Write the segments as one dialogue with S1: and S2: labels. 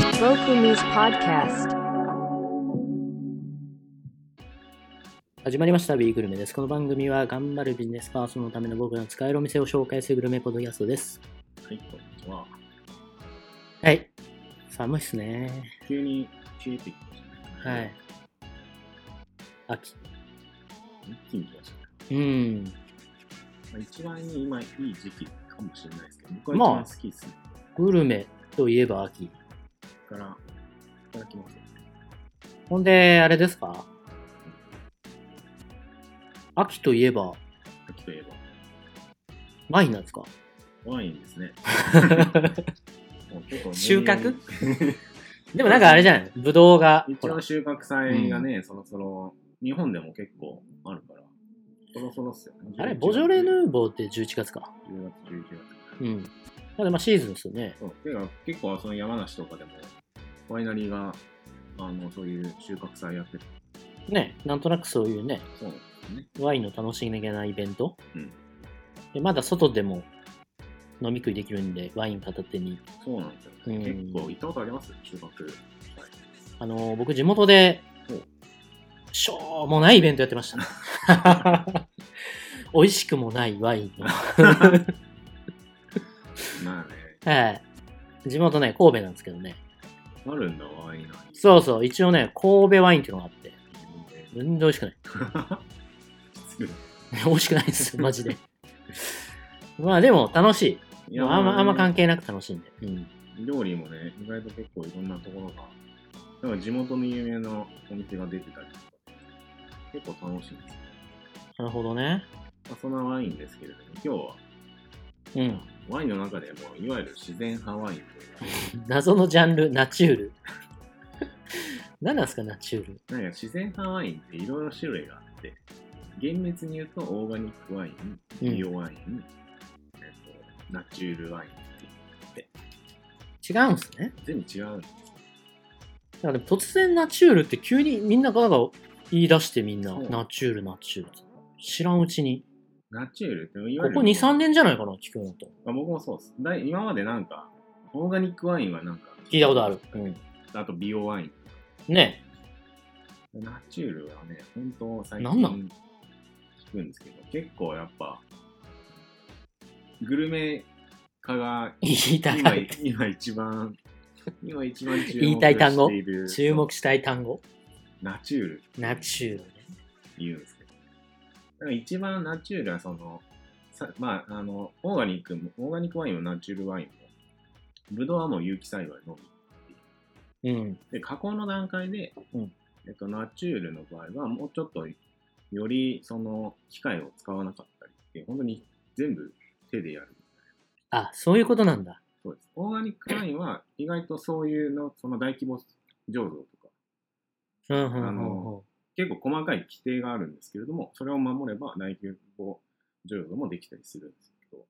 S1: Japanese Podcast.
S2: 始まりました、ビーグルメです。この番組は、頑張るビジネスパーソンのための僕の使えるお店を紹介するグルメポッドキャストです。
S3: はい、こんにちは。
S2: はい。寒いっすね。
S3: 急に消えてきましたね。
S2: はい。。秋。
S3: 一気に来ましたね。
S2: うん。
S3: まあ、一番に今いい時期かもしれないですけど、僕
S2: まあ
S3: は一番好きですね。
S2: グルメといえば秋。
S3: だから、いただきます。
S2: ほんで、あれですか秋といえば、
S3: 秋といえ
S2: ワインなんですか
S3: ば、ワインで すね。もう結構
S2: 収穫
S3: 年
S2: でもなんかあれじゃないぶどうが、
S3: 一
S2: ほら
S3: 応、収穫祭がね、そろそろ、日本でも結構あるから、そろそろっすよね。
S2: あれ、
S3: 11
S2: ボジョレ・ヌーボーって11月か。
S3: 10月、11月。
S2: うん。なんで、まあシーズンですよね。
S3: そう。てか、結構その山梨とかでも、ワイナリーが、あの、そういう収穫祭やってて、
S2: ね、なんとなくそういうね、
S3: そうなんですよね。
S2: ワインの楽しみげなイベント、
S3: うん
S2: でまだ外でも飲み食いできるんでワイン片手に
S3: そうなんですよ。
S2: うん
S3: 結構行ったことあります中学。はい
S2: あのー僕地元で
S3: お
S2: しょうもないイベントやってました 美味しくもないワインの
S3: まあね、
S2: はい地元ね神戸なんですけどね
S3: あるんだ、ワイナリー。う。
S2: そうそう一応ね神戸ワインっていうのがあって全然美味しくない 美味しくないです よマジでまあでも楽し
S3: い
S2: いあんまあんま関
S3: 係
S2: 係なく楽しいんで、うん、
S3: 料理もね、意外と結構いろんなところが、なんか地元の有名なお店が出てたりとか、結構楽しいんですよ。
S2: なるほどね
S3: まあ、そんなワインですけれども、今日は
S2: うん
S3: ワインの中でも、いわゆる自然派ワインというか、
S2: 謎のジャンル、ナチュール。 何なんですか、ナチュール。
S3: なんか自然派ワインっていろいろ種類があって、厳密に言うとオーガニックワイン、
S2: うん
S3: ビオワイン、えっと、ナチュールワインって
S2: 違うんすね。
S3: 全部違うんです
S2: だから突然ナチュールって急にみんながなんか言い出してみんな、
S3: そう
S2: ナチュール、ナチュールって。知らんうちに。
S3: ナチュールっていわ
S2: こ
S3: ゆる
S2: こ2、3年じゃないかな、聞くのと。
S3: あ僕もそうですだい今までなんかオーガニックワインはなんか
S2: 聞いたことある。うん。
S3: あと美容ワイン
S2: ね
S3: ナチュールはね本当最近
S2: なんなん
S3: 聞くんですけど結構やっぱグルメ化が
S2: え。言いた
S3: 今
S2: い。
S3: 今一番今一番注目している
S2: 言いたい単語注目したい単語。
S3: ナチュール
S2: ナチュールね。
S3: 言うんですけど。なんか一番ナチュールはその、さまあ、あの、オーガニックも、オーガニックワインもナチュールワインも、ブドウはもう有機栽培のみ。
S2: うん。
S3: で、加工の段階で、
S2: うん
S3: えっと、ナチュールの場合は、もうちょっと、より、その、機械を使わなかったりっていう、本当に全部手でやる。
S2: あ、そういうことなんだ。
S3: そうです。オーガニックワインは、意外とそういうの、その大規模醸造とか、
S2: うん、うん、う
S3: あ
S2: んうん
S3: の。結構細かい規定があるんですけれども、それを守れば大規模醸造もできたりするんですけど、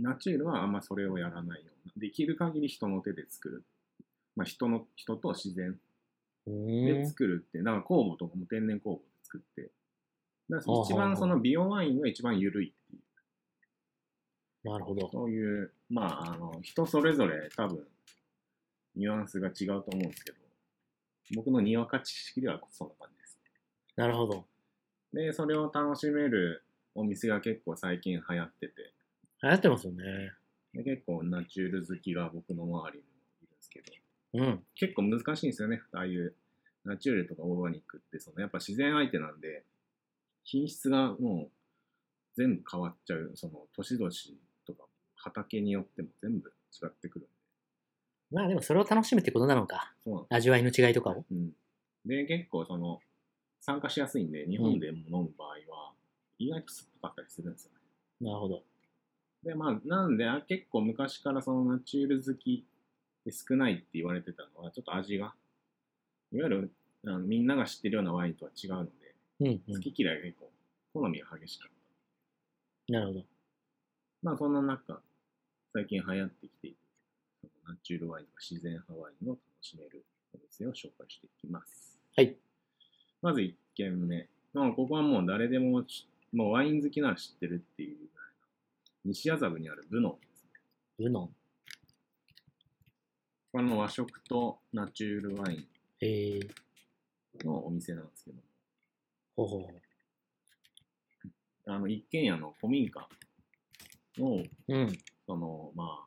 S3: ナチュールはあんまそれをやらないような、できる限り人の手で作る。まあ、人の、人と自然
S2: う
S3: で
S2: ーん
S3: 作るって、だから酵母とかも天然酵母で作って、だから
S2: あはは
S3: 一番その美容ワインが一番緩いっていう、
S2: なるほど。
S3: そういう、まあ、あの、人それぞれ多分、ニュアンスが違うと思うんですけど、僕のにわか知識ではそんな感じです。
S2: なるほど。
S3: で、それを楽しめるお店が結構最近流行ってて、
S2: 流行ってますよね。
S3: で結構ナチュール好きが僕の周りにもいるんですけど、
S2: うん。
S3: 結構難しいんですよね、ああいうナチュールとかオーガニックって、そのやっぱ自然相手なんで、品質がもう全部変わっちゃう、その年々とか畑によっても全部違ってくる。
S2: まあでもそれを楽しむってことなのか。
S3: そうなんで
S2: 味わいの違いとかを。
S3: す。うん。で、結構その、参加しやすいんで、日本でも飲む場合は、意外と酸っぱかったりするんですよね。
S2: なるほど。
S3: で、まあ、なんで、あ結構昔からそのナチュール好きで少ないって言われてたのは、ちょっと味が、いわゆるあのみんなが知ってるようなワインとは違うので、
S2: うん、う
S3: 好
S2: ん。
S3: き嫌いが結構、好みが激しかった。
S2: なるほど。
S3: まあ、そんな中、最近流行ってきている、ナチュールワインとか自然派ワインを楽しめるお店を紹介していきます。
S2: はい。
S3: まず1軒目。まあ、ここはもう誰でも知、もうワイン好きなら知ってるっていうぐらいの、西麻布にあるブノンですね。
S2: ブノン。
S3: この和食とナチュールワイ
S2: えー、
S3: ンのお店なんですけど、
S2: ほうほうほ
S3: あの、一軒家の古民家の、
S2: う。うん。
S3: その、まあ、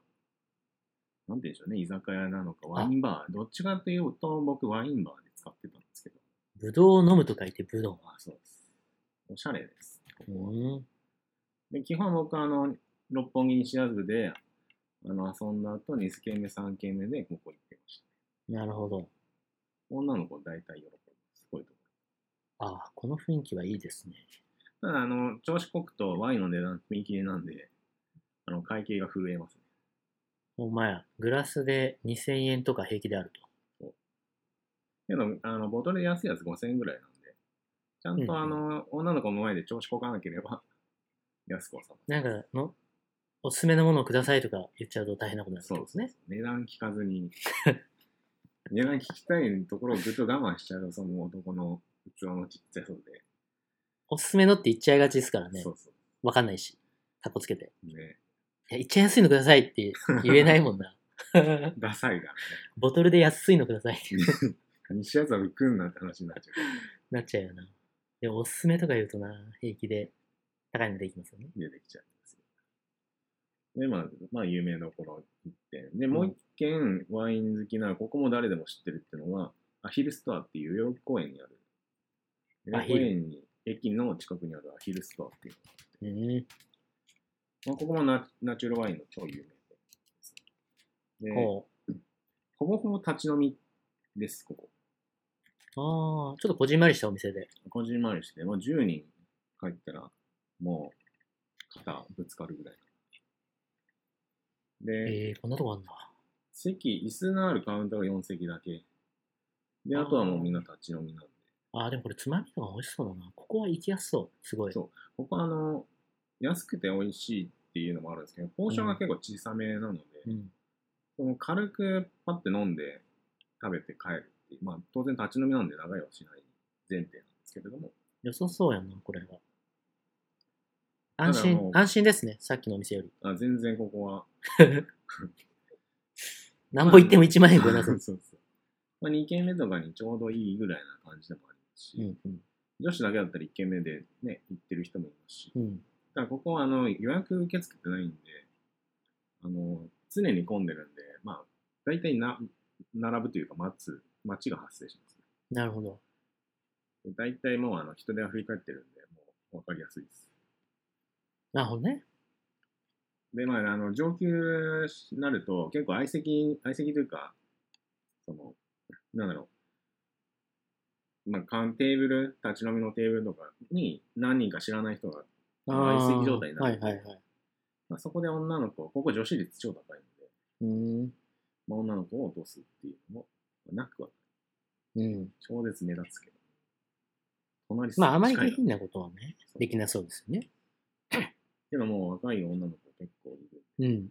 S3: なんて言うんでしょうね、居酒屋なのか、ワインバー、どっちかっていうと、僕、ワインバーで使ってたんですけど、
S2: ぶどうを飲むと書いてぶど
S3: あ、そうです。おしゃれです。
S2: う。うん。
S3: で基本僕はあの六本木西麻布であの遊んだ後に2軒目3軒目でここ行ってました
S2: なるほど。女
S3: 女の子大体喜ぶすごいと
S2: ああ、この雰囲気はいいですね。
S3: 思うただあの調子こくとワインの値段雰囲気なんであの会計が震えますね
S2: お前、グラスで2000円とか平気であると。
S3: けどあのボトルで安いやつ5000円ぐらいなんでちゃんとあの、女の子の前で調子こかなければ 安く収
S2: な
S3: ま
S2: んかの、おすすめのものをくださいとか言っちゃうと大変なことになるっ
S3: る
S2: てことですね。
S3: 値段聞かずに 値段聞きたいところをぐっと我慢しちゃうその男の器のちっちゃそうで、
S2: おすすめのって言っちゃいがちですからね
S3: そ。うそ
S2: わかんないし。かっこつけて。
S3: うね
S2: いや、一番安いのくださいって言えないもん な。
S3: ダサいからね
S2: ボトルで安いのくださいって
S3: 西麻布行くんなって話になっちゃうから
S2: なっちゃうよな。でも、おすすめとか言うとな、平気で高いのできますよね。
S3: 出てきちゃうんですよ。で、まあ、まあ、有名どころ行って、で、もう一軒ワイン好きな、ここも誰でも知ってるっていうのは、アヒルストアっていう代々木公園にある。代
S2: アヒ
S3: 々
S2: ル
S3: 木公園に、駅の近くにあるアヒルストアっていう
S2: うん。
S3: の。まあ、ここもナナチュラルワインの超有名です。で、
S2: ほ
S3: ほぼほぼ立ち飲みです、ここ。
S2: う。ああ、ちょっとこじんまりしたお店で。
S3: こじんまりして、もう10人帰ったら、もう、肩ぶつかるぐらい。で、
S2: ええー、こんなとこあんだ。
S3: 席、椅子のあるカウンターが4席だけ。で、
S2: あー
S3: あとはもうみんな立ち飲みなんで。
S2: ああ、でもこれつまみとか美味しそうだな。ここは行きやすそう。すごい。
S3: そうここはあの、安くて美味しいっていうのもあるんですけど、ポーションが結構小さめなので、
S2: うん。
S3: その軽くパッて飲んで食べて帰るっていう。まあ当然立ち飲みなんで長いはしない前提なんですけれども。
S2: 良さそうやな、これは。
S3: だ
S2: 安
S3: も
S2: 心、
S3: う
S2: 安心ですね。さっきのお店より。
S3: あ全然ここは。
S2: なんぼ言っても1万円超えな
S3: そ
S2: そう
S3: うそうそう。まあ2軒目とかにちょうどいいぐらいな感じでもありますし、
S2: うんうん。
S3: 女子だけだったら1軒目でね、行ってる人もいますし、
S2: うん。
S3: ただここはあの予約受け付けてないんで、あの常に混んでるんで、まあ、大体な並ぶというか待つ、待ちが発生します、
S2: なるほど。
S3: ね。で大体もうあの人手が振り返ってるんで、もう分かりやすいです。
S2: なるほどね。
S3: で、まあ、あの上級になると、結構相席、相席というか、その、なんだろう、まあ、缶テーブル、立ち飲みのテーブルとかに何人か知らない人が、
S2: あー
S3: 相席状態にな
S2: は
S3: る
S2: いはいはい。
S3: まあ、そこで女の子、ここ女子率超高いんで、
S2: うーん。
S3: まあ、女の子を落とすっていうのも、なくは
S2: うん。
S3: 超絶目立つけど。隣
S2: まあ、あまり
S3: 近
S2: 下
S3: いな
S2: 品なことはね、できな
S3: そう
S2: そうですよね。
S3: けどもう若い女の子結構いる。
S2: うん。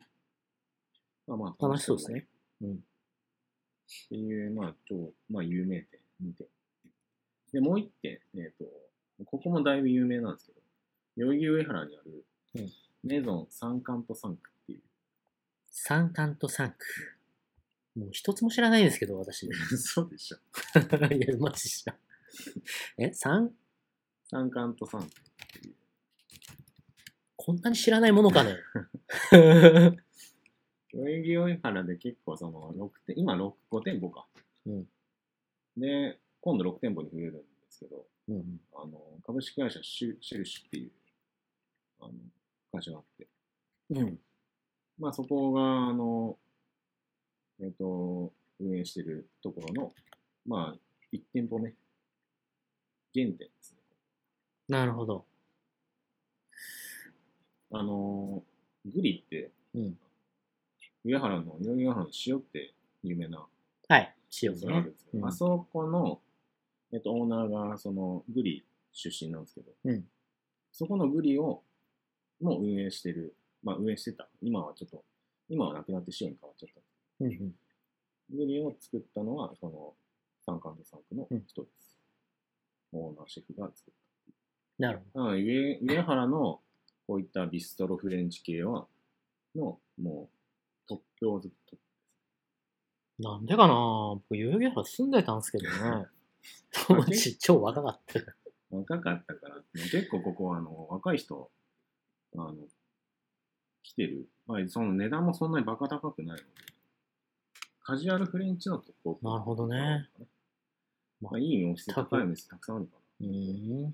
S3: まあまあ
S2: 楽しそうですね。。うん。
S3: っていう、まあ超、まあ有名店、2店。で、もう一店、えっ、と、ここもだいぶ有名なんですけど、代々木上原にある
S2: うん、
S3: メゾン三冠と三区 ってい。
S2: 三冠と三区。もう一つも知らないですけど、私。 いう
S3: そうでしょ。
S2: や、マジ知らん。え、三、
S3: 三冠と三区。
S2: こんなに知らないものかね。
S3: 代々木上原で結構その6店、今六5店舗か。
S2: うん
S3: で、今度6店舗に増えるんですけど、
S2: うんうん。
S3: あの、株式会社シュシェルシュっていう、あの、会社があって、
S2: うん。
S3: まあそこが、あの、えっ、と、運営してるところの、まあ、1店舗目。原点ですね。
S2: なるほど。
S3: あの、グリって、
S2: うん。
S3: 上原の、代々木上原の塩って有名な
S2: はい。塩
S3: 店があ
S2: ね
S3: るん。ですけど、
S2: うん
S3: あそこの、えっ、と、オーナーが、その、グリ出身なんですけど、
S2: うん
S3: そこのグリを、もう運営してる、まあ運営してた。今はちょっと、今はなくなって塩に変わっちゃった。
S2: うんうん。
S3: グリを作ったのは、その、三冠と三区の人です。オーナーシェフが作っ
S2: なるほど。
S3: た。なので上、上原の、こういったビストロフレンチ系は、の、もう、トップオブトップ。
S2: なんでかな僕、代々木原住んでたんです けどね。 当時、超若かった。
S3: 若かったから、結構ここはあの若い人、あの、来てる。まあ、その値段もそんなにバカ高くないので、カジュアルフレンチだとこう、
S2: なるほどね。
S3: まあ、いいお店、
S2: 全く
S3: 高いお店たくさんあるか
S2: うーん。
S3: ら。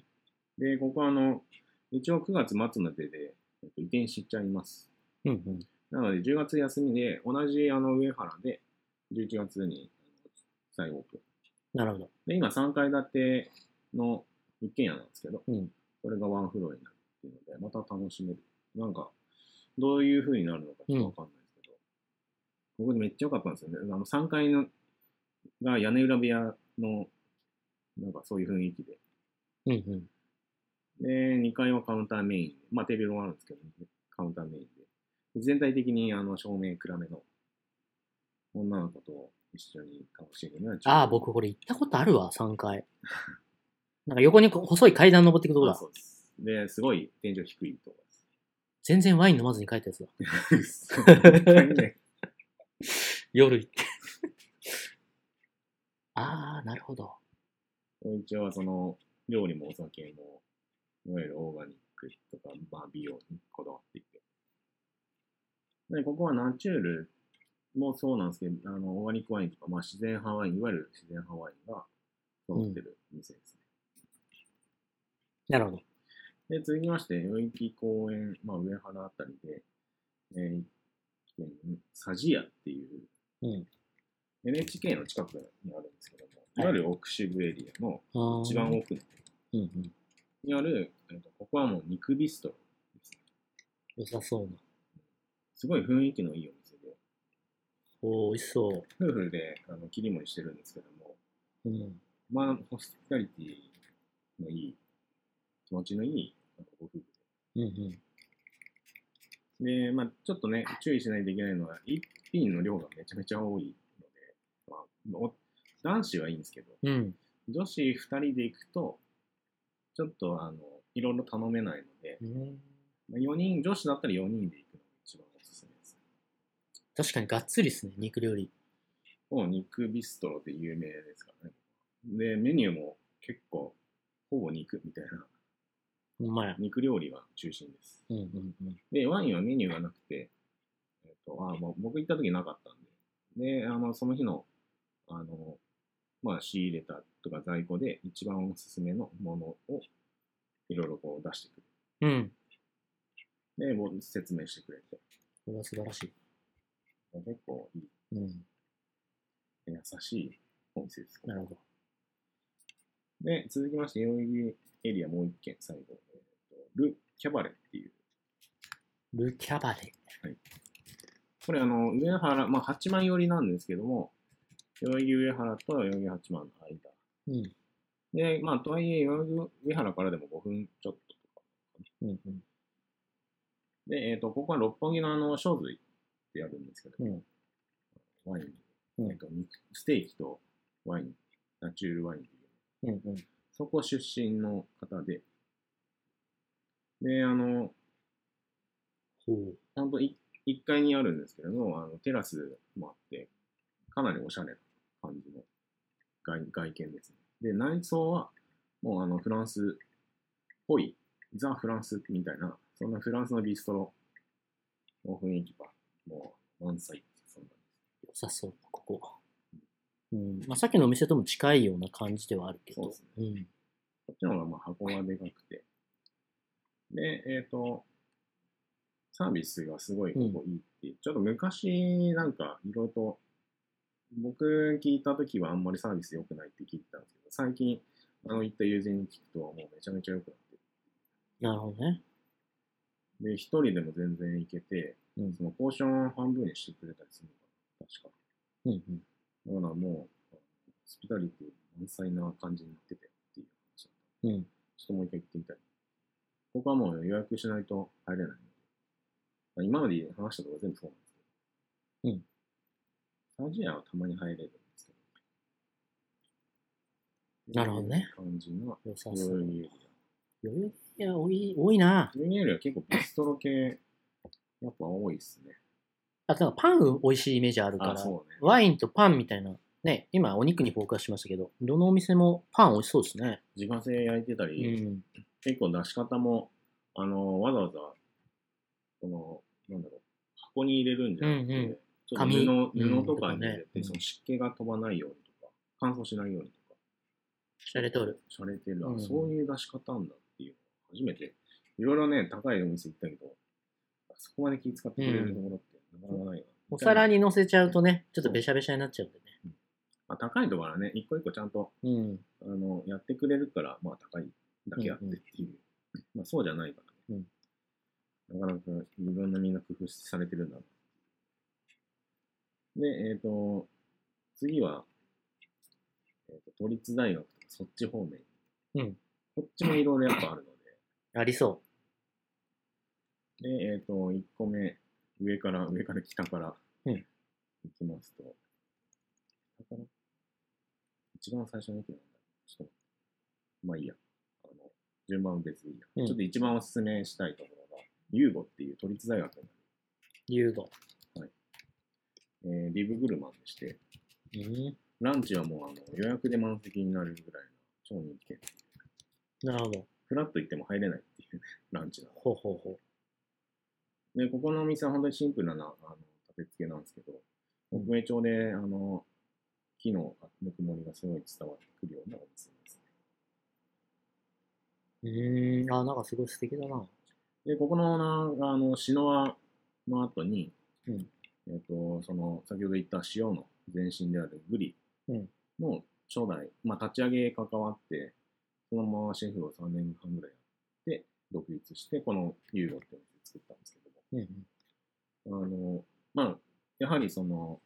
S3: で、ここはあの、一応9月末の手で、えっと移転しちゃいます。
S2: うんうん。
S3: なので、10月休みで、同じあの上原で、11月に再オープン。
S2: なるほど。
S3: で、今3階建ての一軒家なんですけど、
S2: うん
S3: これがワンフロアになるっていうので、また楽しめる。なんか、どういう風になるのかちょっとわかんないですけど、ここでめっちゃ良かったんですよね。あの3階のが屋根裏部屋の、なんかそういう雰囲気で。
S2: うんうん。
S3: で、2階はカウンターメインで、まあテーブルもあるんですけど、カウンターメインで。全体的にあの照明暗めの女の子と一緒に楽しむのは
S2: ああ、僕これ行ったことあるわ、3階。なんか横にこう細い階段登っていくとこ
S3: あ
S2: だ。
S3: そうです。で、すごい天井低いとこ
S2: 全然ワイン飲まずに帰ったやつだ。
S3: です。本当にね
S2: 夜行って。ああ、なるほど。
S3: 一応はその、料理もお酒も、いわゆるオーガニックとか、まあ美容にこだわっていて。で、ここはナチュールもそうなんですけど、あの、オーガニックワインとか、まあ自然派ワイン、いわゆる自然派ワインが揃ってる店ですね。
S2: なるほど。
S3: で、続きまして、代々木公園、まあ、上原あたりで、えー、一軒サジヤっていう、
S2: うん
S3: NHK の近くにあるんですけども、
S2: はい
S3: いわゆる奥渋エリアの
S2: あー
S3: 一番奥の
S2: うんうん。
S3: にある、えーとここはもう肉ビストロですね。
S2: 良さそうな。
S3: すごい雰囲気のいいお店で、
S2: おー、美味しそ
S3: 夫婦であの切り盛りしてるんですけども、
S2: う。うん。
S3: まあ、ホスピタリティのいい、気持ちのいいなんかご夫婦
S2: うんうん。
S3: で、まあ、ちょっとね、注意しないといけないのは、一品の量がめちゃめちゃ多いので、まあ、お男子はいいんですけど、
S2: うん。
S3: 女子二人で行くと、ちょっと、あの、いろいろ頼めないので、
S2: うん
S3: まあ、4人、女子だったら4人で行くのが一番おすすめです。
S2: 確かにがっつりですね、肉料理。
S3: もう肉ビストロって有名ですからね。で、メニューも結構、ほぼ肉みたいな、
S2: ほんまや。
S3: 肉料理が中心です。
S2: うんうんうん。
S3: で、ワインはメニューがなくて、えっ、と、あ、まあ、僕行った時なかったんで、で、あの、その日の、あの、まあ、仕入れたとか在庫で一番おすすめのものをいろいろこう出してく
S2: うん。
S3: る。で、もう説明してくれて、
S2: これは素晴らしい。
S3: 結構いい、
S2: うん。
S3: 優しいお店です。
S2: なるほど。
S3: で、続きまして、代々木エリアもう一軒、最後、えっ、と、ル・キャバレっていう。
S2: ルキャバレ。
S3: これ、あの、上原、まあ、八幡寄りなんですけども、代々木上原と代々木八幡の間。
S2: うん。
S3: で、まあ、とはいえ、代々木上原からでも5分ちょっととか。
S2: うんうん。
S3: で、えっ、と、ここは六本木のあの、正髄ってやるんですけど、
S2: うん
S3: ワイン、
S2: うん
S3: えっと肉ステーキとワイン、ナチュールワイン。
S2: うんうん。
S3: そこ出身の方で、で、あの、
S2: ほう。
S3: ちゃんと1階にあるんですけれども、あのテラスもあって、かなりおしゃれな感じの外外見ですね。で、内装は、もうあのフランスっぽい、ザ・フランスみたいな、そんなフランスのビストロの雰囲気が、もう満載ってそんな
S2: 良さそうな、ここ。うん。まあ、さっきのお店とも近いような感じではあるけど。
S3: そうですね
S2: うん。
S3: こっちの方がまあ箱がでかくて。で、えっ、と、サービスがすごいここいいっていう、ちょっと昔なんかいろいろと、僕聞いた時はあんまりサービス良くないって聞いてたんですけど、最近、あの、行った友人に聞くともうめちゃめちゃ良くなって
S2: なるほどね。
S3: る。で、一人でも全然行けて、
S2: うん
S3: そのポーション半分にしてくれたりするのかな、確か。
S2: うんうん。
S3: だからもう、スピタリティ満載な感じになっててっていう話。
S2: うん。
S3: ちょっともう一回行ってみたい。ここはもう予約しないと入れない。まあ今まで話したとこ全部そうなんですけど。うん。サウジアはたまに入れるんですけど。
S2: なるほどね。
S3: 感じの
S2: 良さ
S3: 代
S2: そう。
S3: 々木エリ
S2: 余裕いや、多い、多いな
S3: ア。。代々木エリアは結構ビストロ系、やっぱ多いですね。
S2: あとなんかパン美味しいイメージあるから
S3: あ、、そうね。
S2: ワインとパンみたいな、ね、今お肉にフォーカスしましたけど、どのお店もパン美味しそうですね。
S3: 自家製焼いてた
S2: う
S3: り、
S2: ん。
S3: 結構出し方も、あの、わざわざ、この、なんだろう、箱に入れるんじゃなくて、
S2: うんうん
S3: ちょっと布、
S2: 紙
S3: 布とかに入れて、
S2: うん
S3: その湿気が飛ばないようにとか、乾燥しないようにとか、
S2: シャレとる。
S3: 洒落てる、あ
S2: うん
S3: そういう出し方なんだっていう、初めて、いろいろね、高いお店行ったけど、そこまで気遣ってくれるところってなかなかないな。
S2: お皿に乗せちゃうと
S3: ね。
S2: ね、ちょっとべしゃべしゃになっちゃうんでね。
S3: まあ、高いところはね、一個一個ちゃんと
S2: うん。
S3: あのやってくれるから、まあ、高いだけあってっていう、まあ、そうじゃないからね、なかなかいろんなみんな工夫されてるんだで、えっ、と、次は、えーと都立大学とかそっち方面、
S2: うん
S3: こっちもいろいろやっぱあるの
S2: ありそ
S3: で、で、えっ、と、1個目、上から、上から北から、
S2: うん
S3: いきますと、北から一番最初の駅なんだ。ちょっと、まあいいや。あの、順番は別でいいや。
S2: うん
S3: ちょっと一番おすすめしたいところが、ユーゴっていう都立大学の、
S2: う。ユーゴ。
S3: えーリブグルマンでして、
S2: うん。
S3: ランチはもうあの予約で満席になるぐらいの超人気店。
S2: なるほど。
S3: フラッと行っても入れないっていうランチなの。
S2: ほうほうほ
S3: で、ここのお店は本当にシンプルななあの立て付けなんですけど、木目調で、あの、木のぬくもりがすごい伝わってくるようなお店です。
S2: う。うーん。あ、なんかすごい素敵だな。
S3: で、ここのな、あの、シノワの後に、
S2: うん
S3: えっ、と、その、先ほど言った塩の前身であるグリ
S2: うん
S3: の初代、まあ、立ち上げ関わって、そのままシェフを3年半ぐらいやって、独立して、このユーロってお店作ったんですけども、
S2: うん。
S3: あの、まあ、やはりその、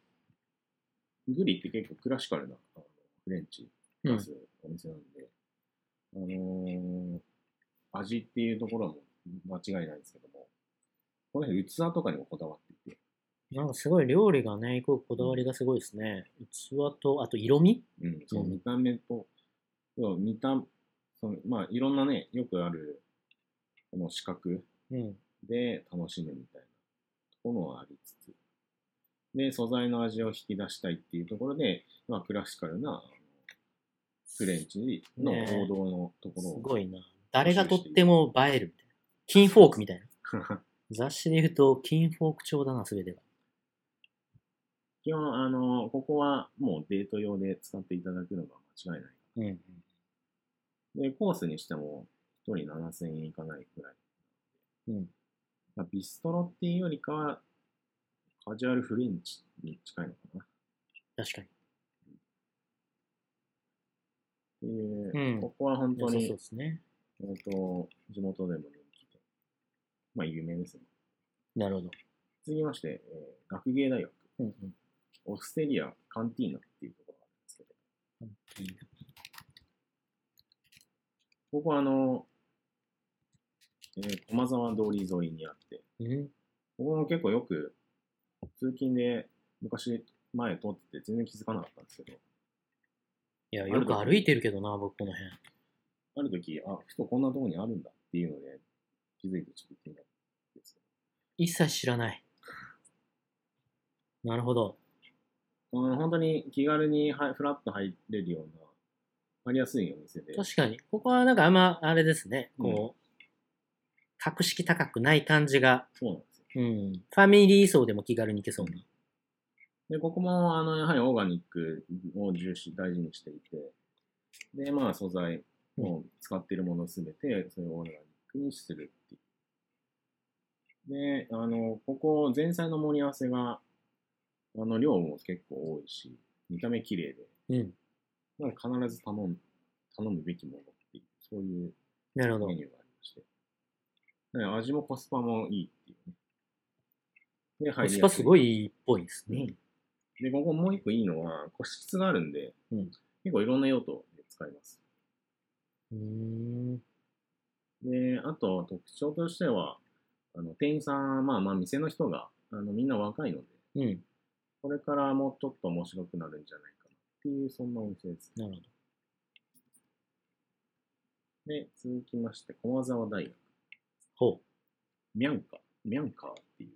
S3: グリって結構クラシカルなあのフレンチ
S2: う
S3: 出
S2: ん。
S3: すお店なんで、あのー味っていうところはもう間違いないんですけども、この辺器とかにもこだわっていて、
S2: なんかすごい料理がね、一個こだわりがすごいですね。器と、あと色味
S3: うん、そうの
S2: ん
S3: 見た目と、そう見た、そのまあいろんなね、よくある、この視覚
S2: うん。
S3: で楽しむみたいなところもありつつ、で、素材の味を引き出したいっていうところで、まあクラシカルなあのフレンチの
S2: ねえ
S3: 王道のとこ
S2: す
S3: ろを、
S2: ご いな。誰がとっても映えるみたいな。金フォークみたいな。雑誌で言うと、金フォーク調だな、すべてが。
S3: 基本、あの、ここはもうデート用で使っていただくのが間違いな
S2: うん。
S3: い。で、コースにしても1人7000円いかないくらい。
S2: うん。
S3: まあ、ビストロっていうよりかは、カジュアルフレンチに近いのかな。っ
S2: 確かに。
S3: ていう、
S2: うん
S3: ここは本当
S2: 良さそう
S3: に
S2: で、すね。
S3: えっ、と、地元でも人気で、まあ有名ですね。
S2: なるほど。
S3: 続きまして、えー学芸大学、
S2: うんうん。
S3: オステリア、カンティーナっていうところがあるんですけど、ここはあの、えー駒沢通り沿いにあって、
S2: うん。
S3: 僕も結構よく通勤で昔前通ってて全然気づかなかったんですけど、
S2: いや、よく歩いてるけどな、僕この辺。
S3: ある時、あ、ふとこんなとこにあるんだっていうので気づいてちょっと行ってみたんですけ
S2: 一切知らない。なるほど。
S3: ど、あの本当に気軽にはフラッと入れるような、入りやすいお店で、
S2: 確かに。ここはなんかあんま、あれですね。こう、格式高くない感じが。
S3: そうなんですよ。
S2: うん。ファミリー層でも気軽に行けそうな。
S3: で、ここもあのやはりオーガニックを重視、大事にしていて、で、まあ素材を使っているものすべて、それをオーガニックにするっていう。で、あの、ここ、前菜の盛り合わせが、あの、量も結構多いし、見た目綺麗で、
S2: うん。
S3: なんか必ず頼む、頼むべきものっていう、そういう
S2: なるほど
S3: メ。ニューがありまして。で味もコスパもいいっていうね。で、入
S2: コ
S3: り
S2: ス
S3: や
S2: パ
S3: す
S2: すごいいいっぽいですね。
S3: で、ここもう一個いいのは、個室があるんで、
S2: うん
S3: 結構いろんな用途で使えます。
S2: うーん。
S3: で、あと特徴としては、あの店員さん、まあまあ店の人が、あのみんな若いので、
S2: うん。
S3: これからもうちょっと面白くなるんじゃないかなっていう、そんなお店です。
S2: なるほど。
S3: で、続きまして、駒沢大学、
S2: ほう。
S3: ミャンカー、ミャンカーっていう、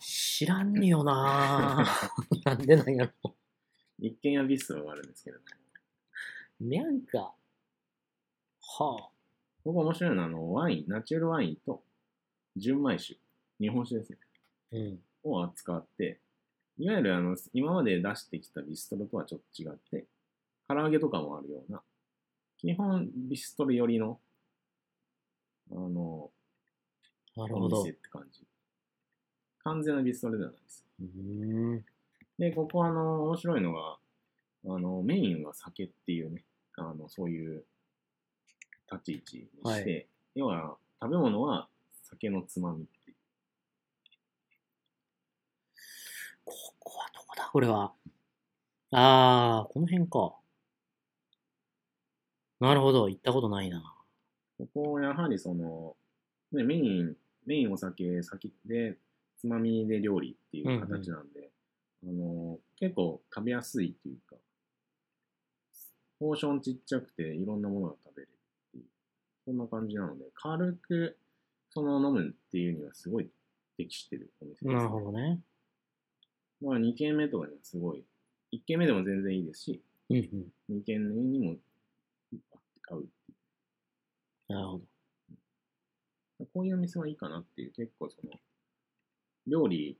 S2: 知らんよな なんでなんやろ。
S3: 一見やビスはあるんですけれども、
S2: にゃんか。はあ。
S3: ここ面白いのは、あの、ワイン、ナチュラルワインと、純米酒、日本酒ですね、
S2: うん。
S3: を扱って、いわゆるあの、今まで出してきたビストロとはちょっと違って、唐揚げとかもあるような、基本ビストロ寄りの、あの、
S2: なる
S3: お
S2: ほど。
S3: 店っ
S2: う
S3: て感じ。完全なビストロではないです。
S2: ーん。
S3: で、ここあの、面白いのが、あの、メインは酒っていうね、あの、そういう立ち位置にして、要は、食べ物は酒のつまみっていう。
S2: ここはどこだこれは。ああ、この辺か。なるほど。行ったことないな。
S3: ここはやはりその、ね、メイン、メインお酒、先で、つまみで料理っていう形なんで、あの、結構食べやすいっていうか、ポーションちっちゃくていろんなものが食べれるっていう、そんな感じなので、軽く、その飲むっていうにはすごい適してるお店です、
S2: なるほどね。
S3: だから2軒目とかにはすごい、1軒目でも全然いいですし、
S2: うんうん。
S3: 2軒目にも合うっていう。
S2: なるほど。
S3: こういうお店はいいかなっていう、結構その、料理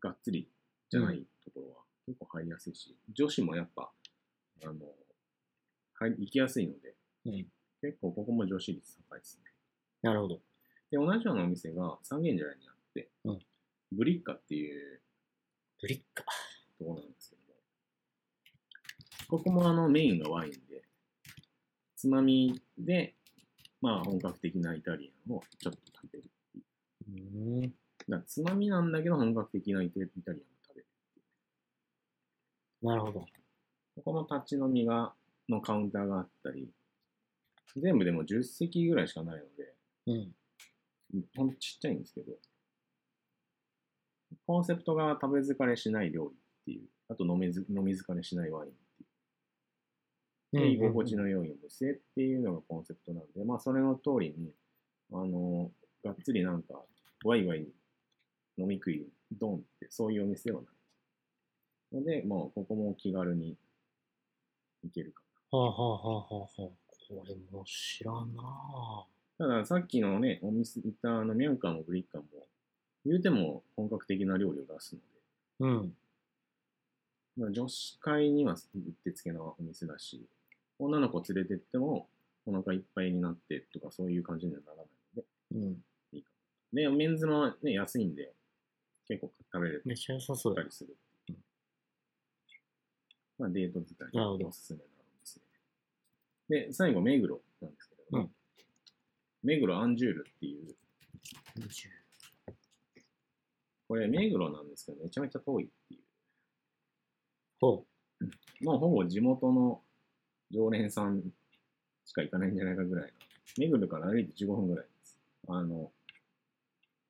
S3: がっつりじゃないところは結構入りやすいし、女子もやっぱ、あの、入行きやすいので、
S2: うん
S3: 結構ここも女子率高いですね。
S2: なるほど。
S3: で、同じようなお店が三軒茶屋にあって、
S2: うん
S3: ブリッカっていう
S2: ブリッカ。
S3: ところなんですけども、ここもあのメインがワインで、つまみで、まあ本格的なイタリアンをちょっと食べる。
S2: うーん。
S3: だからつまみなんだけど本格的なイタリアンを食べる。
S2: なるほど。
S3: ここの立ち飲みが、のカウンターがあったり、全部でも10席ぐらいしかないので、
S2: うん。
S3: ほんとちっちゃいんですけど、コンセプトが食べ疲れしない料理っていう、あと飲みず飲み疲れしないワインっていう、で居心地の良いお店っていうのがコンセプトなんで、まあそれの通りに、あの、がっつりなんか、ワイワイ飲み食い、ドンって、そういうお店ではない。ので、もうここも気軽に行けるか。
S2: はあはあはあはあはあ。これも知らんなあ
S3: たださっきのね、お店行ったあのミャンカーもブリッカーも、言うても本格的な料理を出すので、
S2: うん。
S3: まあ、女子会にはうってつけのお店だし、女の子連れてってもお腹いっぱいになってとかそういう感じにはならないの
S2: うん。
S3: で、で、メンズもね、安いんで、結構食べれ
S2: めっちゃ良さそう
S3: た
S2: だ
S3: り。する。まあ、デート使い
S2: なるほ
S3: に
S2: ど
S3: おすすめなお店で。で、最後、目黒なんですけれども、
S2: うん
S3: 目黒アンジュールっていう、
S2: 20
S3: これ目黒なんですけど、めちゃめちゃ遠いっていう。
S2: ほ
S3: もうほぼ地元の常連さんしか行かないんじゃないかぐらいの。目黒から歩いて15分ぐらいです。あの、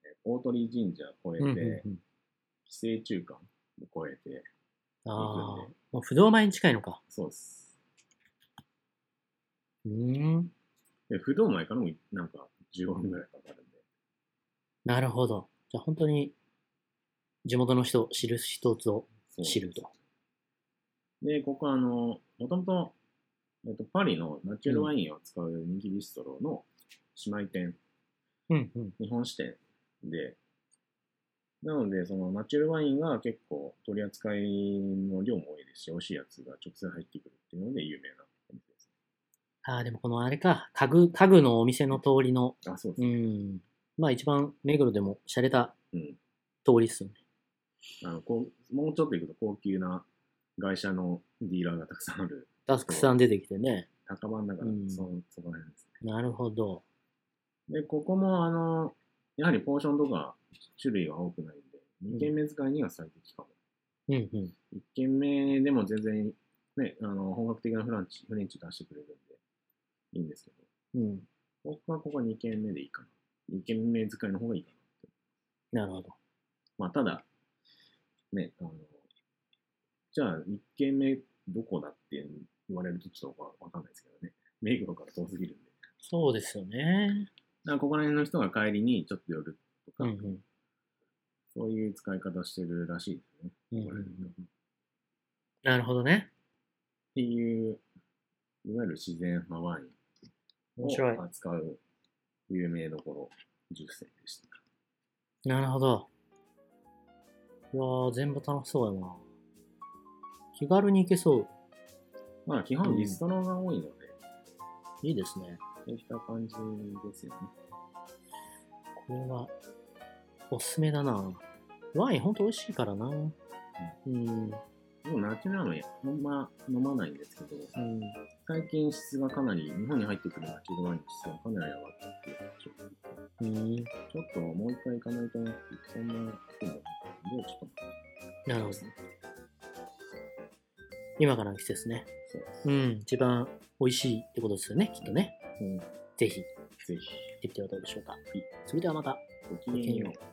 S3: え大鳥神社
S2: う。う
S3: 越え
S2: んうん
S3: て、
S2: うん
S3: 寄生中間を越えて、
S2: あ
S3: 行く
S2: あ
S3: んで。
S2: もう不動前に近いのか。
S3: そうです。
S2: うーん。
S3: で不動前からもなんか15分ぐらいかかるんで、
S2: なるほど。じゃあ本当に地元の人、知る人ぞ
S3: そう
S2: 知ると。
S3: で、ここはあの、もともと、えっと、パリのナチュラルワインを扱う人気ビストロの姉妹店
S2: うんうん。
S3: 日本支店で、なので、そのナチュラルワインが結構取り扱いの量も多いですし、美味しいやつが直接入ってくるっていうので有名なお店です。
S2: ああ、でもこのあれか、家具、家具のお店の通りの、
S3: あ、そうです
S2: う
S3: ね。
S2: ん。まあ一番目黒でも洒落た
S3: うん。
S2: 通りっすよね。
S3: あのこうもうちょっと行くと高級な会社のディーラーがたくさんある、
S2: たくさん出てきてね。
S3: 高番だから、
S2: うん
S3: そのそこら辺です
S2: なるほど。
S3: ね。で、ここも、あの、やはりポーションとか種類が多くないんで、2軒目使いには最適かも。
S2: うんうん。
S3: 1軒目でも全然、ね、あの本格的なフランチフレンチ出してくれるんで、いいんですけど。
S2: うん。
S3: 僕はここ2軒目でいいかな。2軒目使いの方がいいかな。
S2: なるほど。
S3: まあ、ただ、ね、あの、じゃあ1軒目どこだって言われるとちょっとわわかんないですけどね。目黒から遠すぎるんで。
S2: そうですよね。
S3: だからここら辺の人が帰りにちょっと寄る
S2: う
S3: とか、
S2: んうん。
S3: そういう使い方してるらしいですね。
S2: うん
S3: これ
S2: う
S3: っ
S2: んなるほどね。
S3: ていう、いわゆる自然派ワイン
S2: 面白い
S3: を。扱う有名どころ10選でした。
S2: なるほど。いやー、全部楽しそうやな。気軽に行けそう。
S3: まあ基本リストロが多いので、
S2: いいですね。
S3: そうした感じですよね。
S2: これは、おすすめだな。ワインほんと美味しいからな。うん。
S3: でも夏なのや、ほんま飲まないんですけど、
S2: うん。
S3: 最近質がかなり、日本に入ってくるナチュラルワインの質がかなり上がったっていう話を
S2: うん。
S3: ちょっともう一回行かないとなっていう、そんなこともあったんで、ちょっと
S2: なるほど。今からの季節ね。
S3: そうです。
S2: うん。一番美味しいってことですよね、きっとね。
S3: うん、ぜ
S2: ぜひ、行っ
S3: ひ、
S2: てみてはどうでしょうか。それではまた。
S3: ごきげんよう。